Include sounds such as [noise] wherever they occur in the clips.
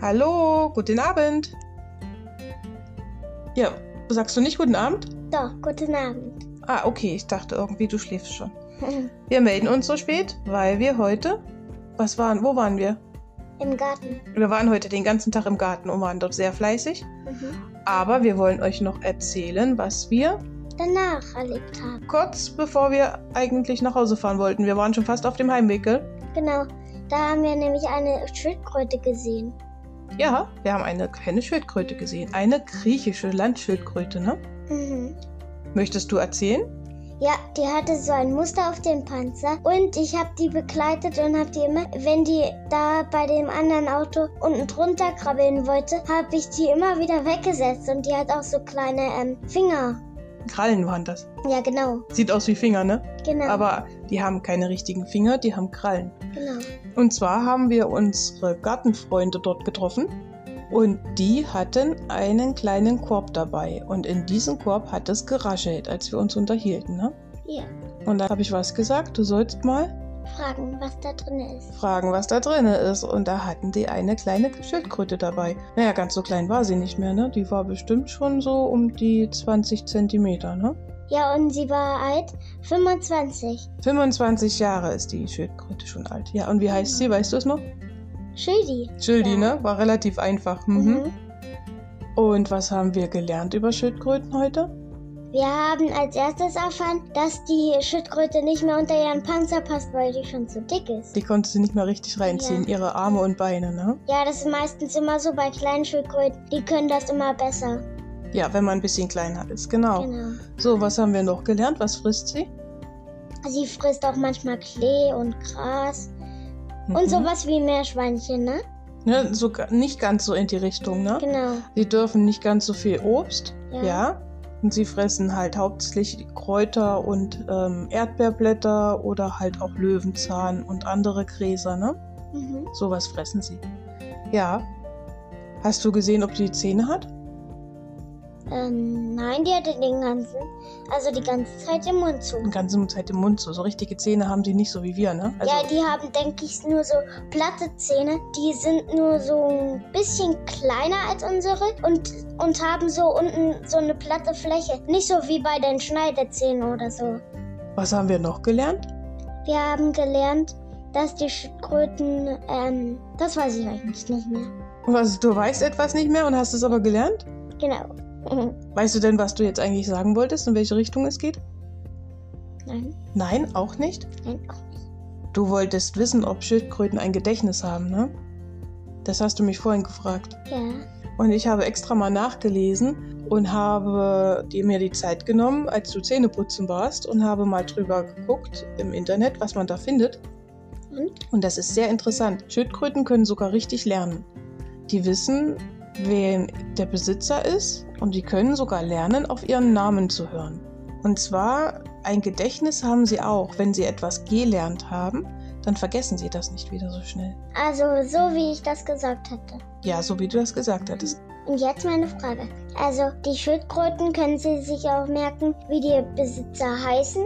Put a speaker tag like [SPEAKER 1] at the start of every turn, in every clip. [SPEAKER 1] Hallo, guten Abend. Ja, sagst du nicht guten Abend?
[SPEAKER 2] Doch, guten [laughs] Abend.
[SPEAKER 1] Ah, okay, ich dachte irgendwie, du schläfst schon. Wir melden uns so spät, weil wir heute. Was waren, wo waren wir?
[SPEAKER 2] Im Garten.
[SPEAKER 1] Wir waren heute den ganzen Tag im Garten und waren dort sehr fleißig.
[SPEAKER 2] Mhm.
[SPEAKER 1] Aber wir wollen euch noch erzählen, was wir
[SPEAKER 2] Danach erlebt haben.
[SPEAKER 1] kurz bevor wir eigentlich nach Hause fahren wollten. Wir waren schon fast auf dem Heimweg, gell?
[SPEAKER 2] Genau, da haben wir nämlich eine Schildkröte gesehen.
[SPEAKER 1] Ja, wir haben eine kleine Schildkröte gesehen. Eine griechische Landschildkröte, ne?
[SPEAKER 2] Mhm.
[SPEAKER 1] Möchtest du erzählen?
[SPEAKER 2] Ja, die hatte so ein Muster auf dem Panzer und ich habe die begleitet und habe die immer, wenn die da bei dem anderen Auto unten drunter krabbeln wollte, habe ich die immer wieder weggesetzt und die hat auch so kleine ähm, Finger.
[SPEAKER 1] Krallen waren das.
[SPEAKER 2] Ja, genau,
[SPEAKER 1] Sieht aus wie Finger, ne?
[SPEAKER 2] genau,
[SPEAKER 1] Aber die haben keine richtigen Finger, die haben Krallen.
[SPEAKER 2] genau.
[SPEAKER 1] Und zwar haben wir unsere Gartenfreunde dort getroffen und die hatten einen kleinen Korb dabei. Und in diesem Korb hat es geraschelt, als wir uns unterhielten. Ne?
[SPEAKER 2] Ja,
[SPEAKER 1] Und da habe ich was gesagt, du sollst mal
[SPEAKER 2] fragen, was da drin ist.
[SPEAKER 1] fragen, was da drin ist. Und da hatten die eine kleine Schildkröte dabei. Naja, ganz so klein war sie nicht mehr, ne? Die war bestimmt schon so um die 20 Zentimeter, ne?
[SPEAKER 2] Ja, und sie war alt, 25.
[SPEAKER 1] 25 Jahre ist die Schildkröte schon alt. Ja, und wie heißt sie, weißt du es noch?
[SPEAKER 2] Schildi.
[SPEAKER 1] Schildi,
[SPEAKER 2] Ja.
[SPEAKER 1] ne? War relativ einfach. Mhm. Und was haben wir gelernt über Schildkröten heute?
[SPEAKER 2] Wir haben als erstes erfahren, dass die Schildkröte nicht mehr unter ihren Panzer passt, weil die schon zu dick ist.
[SPEAKER 1] Die konnte sie nicht mehr richtig reinziehen, ihre Arme und Beine, ne?
[SPEAKER 2] Ja, das ist meistens immer so bei kleinen Schildkröten. Die können das immer besser.
[SPEAKER 1] Ja, wenn man ein bisschen kleiner ist, genau.
[SPEAKER 2] Genau.
[SPEAKER 1] So, was haben wir noch gelernt? Was frisst sie?
[SPEAKER 2] Sie frisst auch manchmal Klee und Gras. Und
[SPEAKER 1] Mhm.
[SPEAKER 2] sowas wie Meerschweinchen, ne?
[SPEAKER 1] Ne, so ga- nicht ganz so in die Richtung, ne?
[SPEAKER 2] Genau.
[SPEAKER 1] Sie dürfen nicht ganz so viel Obst,
[SPEAKER 2] Ja.
[SPEAKER 1] ja. Und sie fressen halt hauptsächlich Kräuter und ähm, Erdbeerblätter oder halt auch Löwenzahn und andere Gräser, ne?
[SPEAKER 2] Mhm.
[SPEAKER 1] Sowas fressen sie. Ja. Hast du gesehen, ob sie Zähne hat?
[SPEAKER 2] Ähm, nein, die hatte den ganzen, also die ganze Zeit im Mund zu.
[SPEAKER 1] den ganzen Zeit im Mund so. So richtige Zähne haben sie nicht so wie wir, ne? Also,
[SPEAKER 2] ja, die haben, denke ich, nur so platte Zähne. Die sind nur so ein bisschen kleiner als unsere und, und haben so unten so eine platte Fläche. Nicht so wie bei den Schneidezähnen oder so.
[SPEAKER 1] was haben wir noch gelernt?
[SPEAKER 2] Wir haben gelernt, dass die Schildkröten, ähm, das weiß ich eigentlich nicht mehr.
[SPEAKER 1] Was, du weißt etwas nicht mehr und hast es aber gelernt?
[SPEAKER 2] Genau. [laughs]
[SPEAKER 1] Weißt du denn, was du jetzt eigentlich sagen wolltest, in welche Richtung es geht?
[SPEAKER 2] Nein,
[SPEAKER 1] Nein, auch nicht?
[SPEAKER 2] nein, auch nicht.
[SPEAKER 1] Du wolltest wissen, ob Schildkröten ein Gedächtnis haben, ne? Das hast du mich vorhin gefragt.
[SPEAKER 2] Ja,
[SPEAKER 1] Und ich habe extra mal nachgelesen und habe dir mir die Zeit genommen, als du Zähneputzen warst und habe mal drüber geguckt im Internet, was man da findet.
[SPEAKER 2] und?
[SPEAKER 1] Und das ist sehr interessant. Schildkröten können sogar richtig lernen. Die wissen, wer der Besitzer ist und die können sogar lernen, auf ihren Namen zu hören. Und zwar ein Gedächtnis haben sie auch. Wenn sie etwas gelernt haben, dann vergessen sie das nicht wieder so schnell.
[SPEAKER 2] Also, so wie ich das gesagt hatte.
[SPEAKER 1] Ja, so wie du das gesagt hattest.
[SPEAKER 2] Und jetzt meine Frage. Also, die Schildkröten können sie sich auch merken, wie die Besitzer heißen.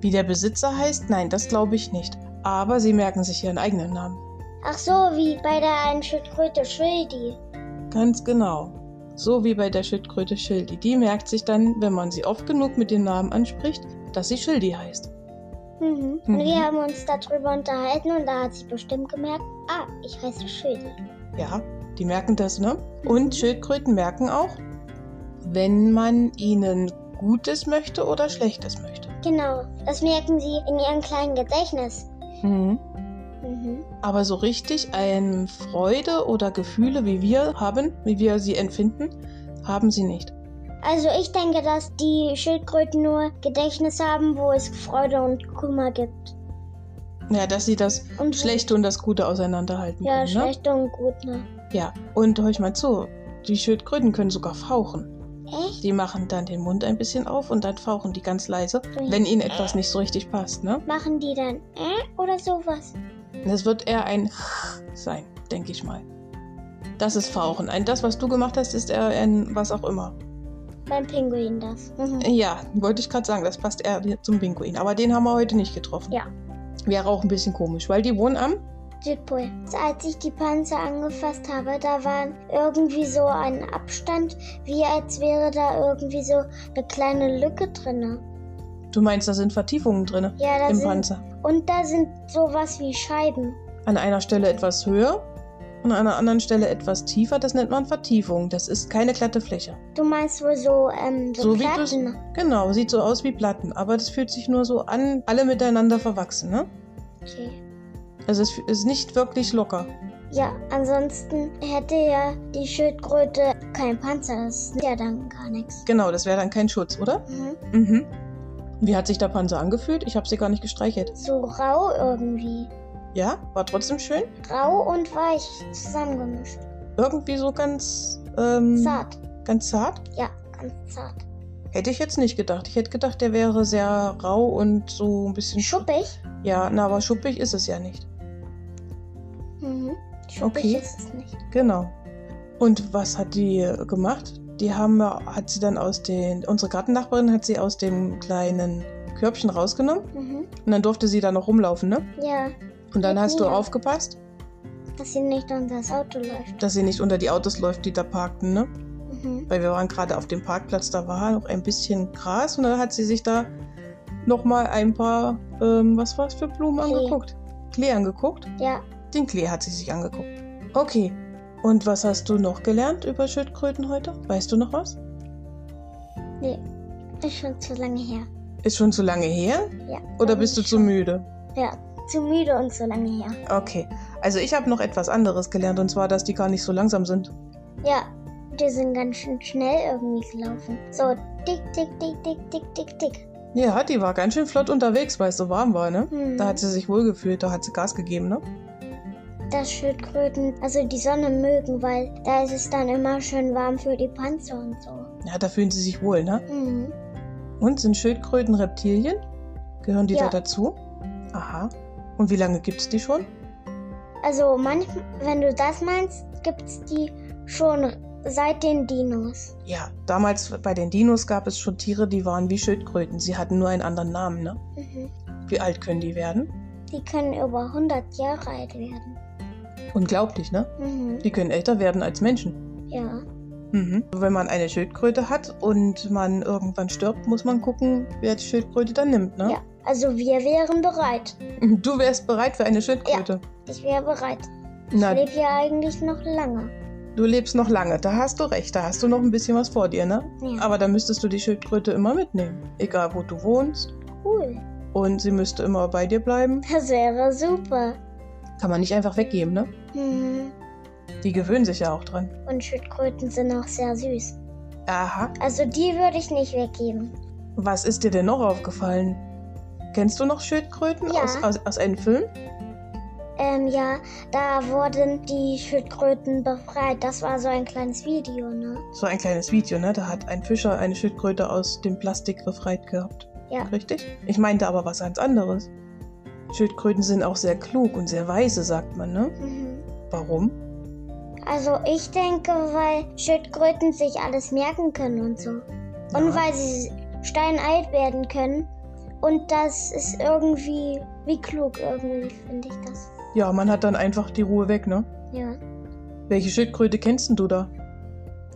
[SPEAKER 1] Wie der Besitzer heißt, nein, das glaube ich nicht. Aber sie merken sich ihren eigenen Namen.
[SPEAKER 2] Ach so, wie bei der einen Schildkröte Schildi.
[SPEAKER 1] Ganz genau. So wie bei der Schildkröte Schildi. Die merkt sich dann, wenn man sie oft genug mit dem Namen anspricht, dass sie Schildi heißt.
[SPEAKER 2] Mhm. Und
[SPEAKER 1] Mhm.
[SPEAKER 2] wir haben uns darüber unterhalten und da hat sie bestimmt gemerkt, ah, ich heiße Schildi.
[SPEAKER 1] Ja, die merken das, ne? Und Schildkröten merken auch, wenn man ihnen Gutes möchte oder Schlechtes möchte.
[SPEAKER 2] Genau, das merken sie in ihrem kleinen Gedächtnis. Mhm.
[SPEAKER 1] Aber so richtig ein Freude oder Gefühle, wie wir haben, wie wir sie empfinden, haben sie nicht.
[SPEAKER 2] Also ich denke, dass die Schildkröten nur Gedächtnis haben, wo es Freude und Kummer gibt.
[SPEAKER 1] Ja, dass sie das
[SPEAKER 2] Und
[SPEAKER 1] Schlechte und das Gute auseinanderhalten
[SPEAKER 2] Ja,
[SPEAKER 1] können. Ne?
[SPEAKER 2] schlecht und gut, ne?
[SPEAKER 1] Ja, und hör ich mal zu, die Schildkröten können sogar fauchen.
[SPEAKER 2] Echt?
[SPEAKER 1] Die machen dann den Mund ein bisschen auf und dann fauchen die ganz leise, wenn ihnen etwas nicht so richtig passt, ne?
[SPEAKER 2] Machen die dann äh oder sowas?
[SPEAKER 1] Das wird eher ein [laughs] sein, denke ich mal. Das ist Fauchen. Ein, das, was du gemacht hast, ist eher ein was auch immer.
[SPEAKER 2] Beim Pinguin das. Mhm.
[SPEAKER 1] Ja, wollte ich gerade sagen, das passt eher zum Pinguin. Aber den haben wir heute nicht getroffen.
[SPEAKER 2] Ja.
[SPEAKER 1] Wäre auch ein bisschen komisch, weil die wohnen am
[SPEAKER 2] Südpol. Als ich die Panzer angefasst habe, da war irgendwie so ein Abstand, wie als wäre da irgendwie so eine kleine Lücke drinne.
[SPEAKER 1] Du meinst, da sind Vertiefungen drin
[SPEAKER 2] Ja, da
[SPEAKER 1] im
[SPEAKER 2] sind,
[SPEAKER 1] Panzer.
[SPEAKER 2] Und da sind sowas wie Scheiben.
[SPEAKER 1] An einer Stelle etwas höher, an einer anderen Stelle etwas tiefer. Das nennt man Vertiefung. Das ist keine glatte Fläche.
[SPEAKER 2] Du meinst wohl so, ähm, so,
[SPEAKER 1] So wie du's-
[SPEAKER 2] Platten.
[SPEAKER 1] Genau, sieht so aus wie Platten, aber das fühlt sich nur so an, alle miteinander verwachsen, ne?
[SPEAKER 2] Okay.
[SPEAKER 1] Also es f- ist nicht wirklich locker.
[SPEAKER 2] Ja, ansonsten hätte ja die Schildkröte keinen Panzer. Das ist ja dann gar nichts.
[SPEAKER 1] Genau, das wäre dann kein Schutz, oder?
[SPEAKER 2] Mhm.
[SPEAKER 1] Mhm. Wie hat sich der Panzer angefühlt? Ich habe sie gar nicht gestreichelt.
[SPEAKER 2] So rau irgendwie.
[SPEAKER 1] Ja, war trotzdem schön.
[SPEAKER 2] Rau und weich zusammengemischt.
[SPEAKER 1] Irgendwie so ganz ähm,
[SPEAKER 2] Zart.
[SPEAKER 1] Ganz zart?
[SPEAKER 2] Ja, ganz zart.
[SPEAKER 1] Hätte ich jetzt nicht gedacht. Ich hätte gedacht, der wäre sehr rau und so ein bisschen
[SPEAKER 2] Schuppig.
[SPEAKER 1] Ja, na, aber schuppig ist es ja nicht.
[SPEAKER 2] Mhm. Schuppig
[SPEAKER 1] Okay.
[SPEAKER 2] ist es nicht.
[SPEAKER 1] Genau. Und was hat die äh, gemacht? Die haben, wir- hat sie dann aus den, unsere Gartennachbarin hat sie aus dem kleinen Körbchen rausgenommen
[SPEAKER 2] Mhm.
[SPEAKER 1] und dann durfte sie da noch rumlaufen, ne?
[SPEAKER 2] Ja,
[SPEAKER 1] Und dann
[SPEAKER 2] Mit
[SPEAKER 1] hast du
[SPEAKER 2] mir.
[SPEAKER 1] aufgepasst,
[SPEAKER 2] dass sie nicht unter das Auto läuft.
[SPEAKER 1] dass sie nicht unter die Autos läuft, die da parkten, ne?
[SPEAKER 2] Mhm.
[SPEAKER 1] Weil wir waren gerade auf dem Parkplatz, da war noch ein bisschen Gras und dann hat sie sich da nochmal ein paar, ähm, was war es für Blumen
[SPEAKER 2] Klee.
[SPEAKER 1] angeguckt? Klee angeguckt.
[SPEAKER 2] Ja,
[SPEAKER 1] Den Klee hat sie sich angeguckt. Okay. Und was hast du noch gelernt über Schildkröten heute? Weißt du noch was?
[SPEAKER 2] ist schon zu lange her.
[SPEAKER 1] Ist schon zu lange her?
[SPEAKER 2] Ja.
[SPEAKER 1] Oder bist du zu müde?
[SPEAKER 2] Ja, zu müde und zu lange her.
[SPEAKER 1] Okay. Also ich habe noch etwas anderes gelernt und zwar, dass die gar nicht so langsam sind.
[SPEAKER 2] Ja, die sind ganz schön schnell irgendwie gelaufen. So, tick, tick, tick, tick, tick, tick, tick.
[SPEAKER 1] Ja, die war ganz schön flott unterwegs, weil es so warm war, ne?
[SPEAKER 2] Hm.
[SPEAKER 1] Da hat sie sich wohlgefühlt, da hat sie Gas gegeben, ne?
[SPEAKER 2] Dass Schildkröten, also die Sonne mögen, weil da ist es dann immer schön warm für die Panzer und so.
[SPEAKER 1] Ja, da fühlen sie sich wohl, ne?
[SPEAKER 2] Mhm.
[SPEAKER 1] Und sind Schildkröten Reptilien? Gehören die
[SPEAKER 2] Ja.
[SPEAKER 1] da dazu? Aha. Und wie lange gibt's die schon?
[SPEAKER 2] Also manchmal, wenn du das meinst, gibt's die schon seit den Dinos.
[SPEAKER 1] Ja, damals bei den Dinos gab es schon Tiere, die waren wie Schildkröten. Sie hatten nur einen anderen Namen, ne?
[SPEAKER 2] Mhm.
[SPEAKER 1] Wie alt können die werden?
[SPEAKER 2] Die können über 100 Jahre alt werden.
[SPEAKER 1] Unglaublich, ne?
[SPEAKER 2] Mhm.
[SPEAKER 1] Die können älter werden als Menschen.
[SPEAKER 2] Ja.
[SPEAKER 1] Mhm. Wenn man eine Schildkröte hat und man irgendwann stirbt, muss man gucken, wer die Schildkröte dann nimmt, ne?
[SPEAKER 2] Ja. Also wir wären bereit.
[SPEAKER 1] Du wärst bereit für eine Schildkröte.
[SPEAKER 2] Ich wäre bereit.
[SPEAKER 1] Na,
[SPEAKER 2] Ich lebe ja eigentlich noch lange.
[SPEAKER 1] du lebst noch lange, da hast du recht, da hast du noch ein bisschen was vor dir, ne?
[SPEAKER 2] Ja.
[SPEAKER 1] Aber da müsstest du die Schildkröte immer mitnehmen, egal wo du wohnst.
[SPEAKER 2] Cool.
[SPEAKER 1] Und sie müsste immer bei dir bleiben.
[SPEAKER 2] Das wäre super.
[SPEAKER 1] Kann man nicht einfach weggeben, ne?
[SPEAKER 2] Mhm.
[SPEAKER 1] Die gewöhnen sich ja auch dran.
[SPEAKER 2] Und Schildkröten sind auch sehr süß.
[SPEAKER 1] Aha.
[SPEAKER 2] Also die würde ich nicht weggeben.
[SPEAKER 1] Was ist dir denn noch aufgefallen? Kennst du noch Schildkröten
[SPEAKER 2] Ja.
[SPEAKER 1] aus, aus, aus einem Film?
[SPEAKER 2] Ähm, ja, da wurden die Schildkröten befreit. Das war so ein kleines Video, ne?
[SPEAKER 1] So ein kleines Video, ne? Da hat ein Fischer eine Schildkröte aus dem Plastik befreit gehabt.
[SPEAKER 2] Ja.
[SPEAKER 1] Richtig? Ich meinte aber was ganz anderes. Schildkröten sind auch sehr klug und sehr weise, sagt man, ne?
[SPEAKER 2] Mhm.
[SPEAKER 1] Warum?
[SPEAKER 2] Also ich denke, weil Schildkröten sich alles merken können und so. Und
[SPEAKER 1] Ja.
[SPEAKER 2] weil sie steinalt werden können. Und das ist irgendwie, wie klug irgendwie, finde ich das.
[SPEAKER 1] Ja, man hat dann einfach die Ruhe weg, ne?
[SPEAKER 2] Ja.
[SPEAKER 1] Welche Schildkröte kennst denn du da?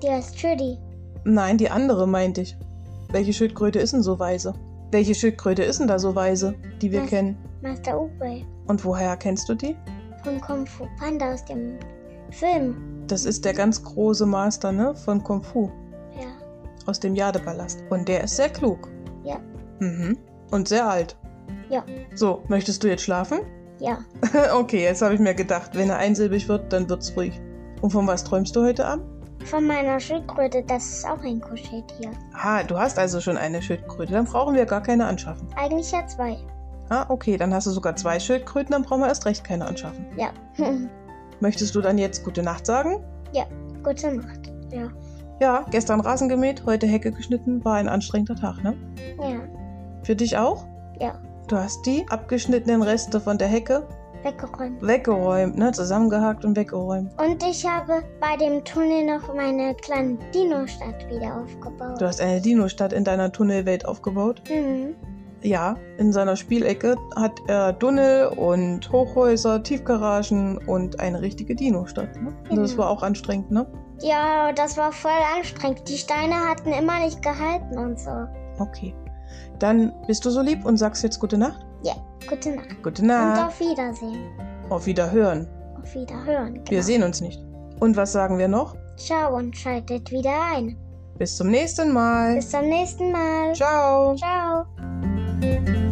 [SPEAKER 2] Die heißt Judy.
[SPEAKER 1] Nein, die andere meinte ich. Welche Schildkröte ist denn so weise? Welche Schildkröte ist denn da so weise, die wir
[SPEAKER 2] Was?
[SPEAKER 1] kennen?
[SPEAKER 2] Meister Ubei.
[SPEAKER 1] Und woher kennst du die?
[SPEAKER 2] Von Kung Fu Panda aus dem Film.
[SPEAKER 1] Das ist der ganz große Master ne, von Kung Fu
[SPEAKER 2] Ja.
[SPEAKER 1] aus dem Jadepalast. Und der ist sehr klug.
[SPEAKER 2] Ja.
[SPEAKER 1] Mhm. Und sehr alt.
[SPEAKER 2] Ja.
[SPEAKER 1] So, möchtest du jetzt schlafen? [laughs]
[SPEAKER 2] Ja.
[SPEAKER 1] okay, jetzt habe ich mir gedacht, wenn er einsilbig wird, dann wird's ruhig. Und von was träumst du heute Abend?
[SPEAKER 2] Von meiner Schildkröte, das ist auch ein Kuscheltier.
[SPEAKER 1] Ah, du hast also schon eine Schildkröte. Dann brauchen wir gar keine anschaffen.
[SPEAKER 2] Eigentlich ja zwei. [laughs]
[SPEAKER 1] Ah, okay, dann hast du sogar zwei Schildkröten, dann brauchen wir erst recht keine anschaffen.
[SPEAKER 2] Ja.
[SPEAKER 1] Möchtest du dann jetzt gute Nacht sagen?
[SPEAKER 2] Gute Nacht. Ja.
[SPEAKER 1] Ja, gestern Rasen gemäht, heute Hecke geschnitten, war ein anstrengender Tag, ne?
[SPEAKER 2] Ja.
[SPEAKER 1] Für dich auch?
[SPEAKER 2] Ja.
[SPEAKER 1] Du hast die abgeschnittenen Reste von der Hecke
[SPEAKER 2] Weggeräumt.
[SPEAKER 1] weggeräumt, ne? Zusammengehakt und weggeräumt.
[SPEAKER 2] Und ich habe bei dem Tunnel noch meine kleine Dino-Stadt wieder aufgebaut.
[SPEAKER 1] Du hast eine Dino-Stadt in deiner Tunnelwelt aufgebaut.
[SPEAKER 2] Mhm.
[SPEAKER 1] Ja, in seiner Spielecke hat er Tunnel und Hochhäuser, Tiefgaragen und eine richtige Dino-Stadt. Ne? Und Das
[SPEAKER 2] Genau.
[SPEAKER 1] war auch anstrengend, ne?
[SPEAKER 2] Ja, das war voll anstrengend. Die Steine hatten immer nicht gehalten und so.
[SPEAKER 1] Okay. Dann bist du so lieb und sagst jetzt gute Nacht.
[SPEAKER 2] Gute Nacht
[SPEAKER 1] Gute
[SPEAKER 2] und
[SPEAKER 1] Nacht.
[SPEAKER 2] auf Wiedersehen.
[SPEAKER 1] Auf Wiederhören.
[SPEAKER 2] Auf Wiederhören. Genau.
[SPEAKER 1] Wir sehen uns nicht. Und was sagen wir noch?
[SPEAKER 2] Ciao und schaltet wieder ein.
[SPEAKER 1] Bis zum nächsten Mal.
[SPEAKER 2] Bis zum nächsten Mal.
[SPEAKER 1] Ciao.
[SPEAKER 2] Ciao.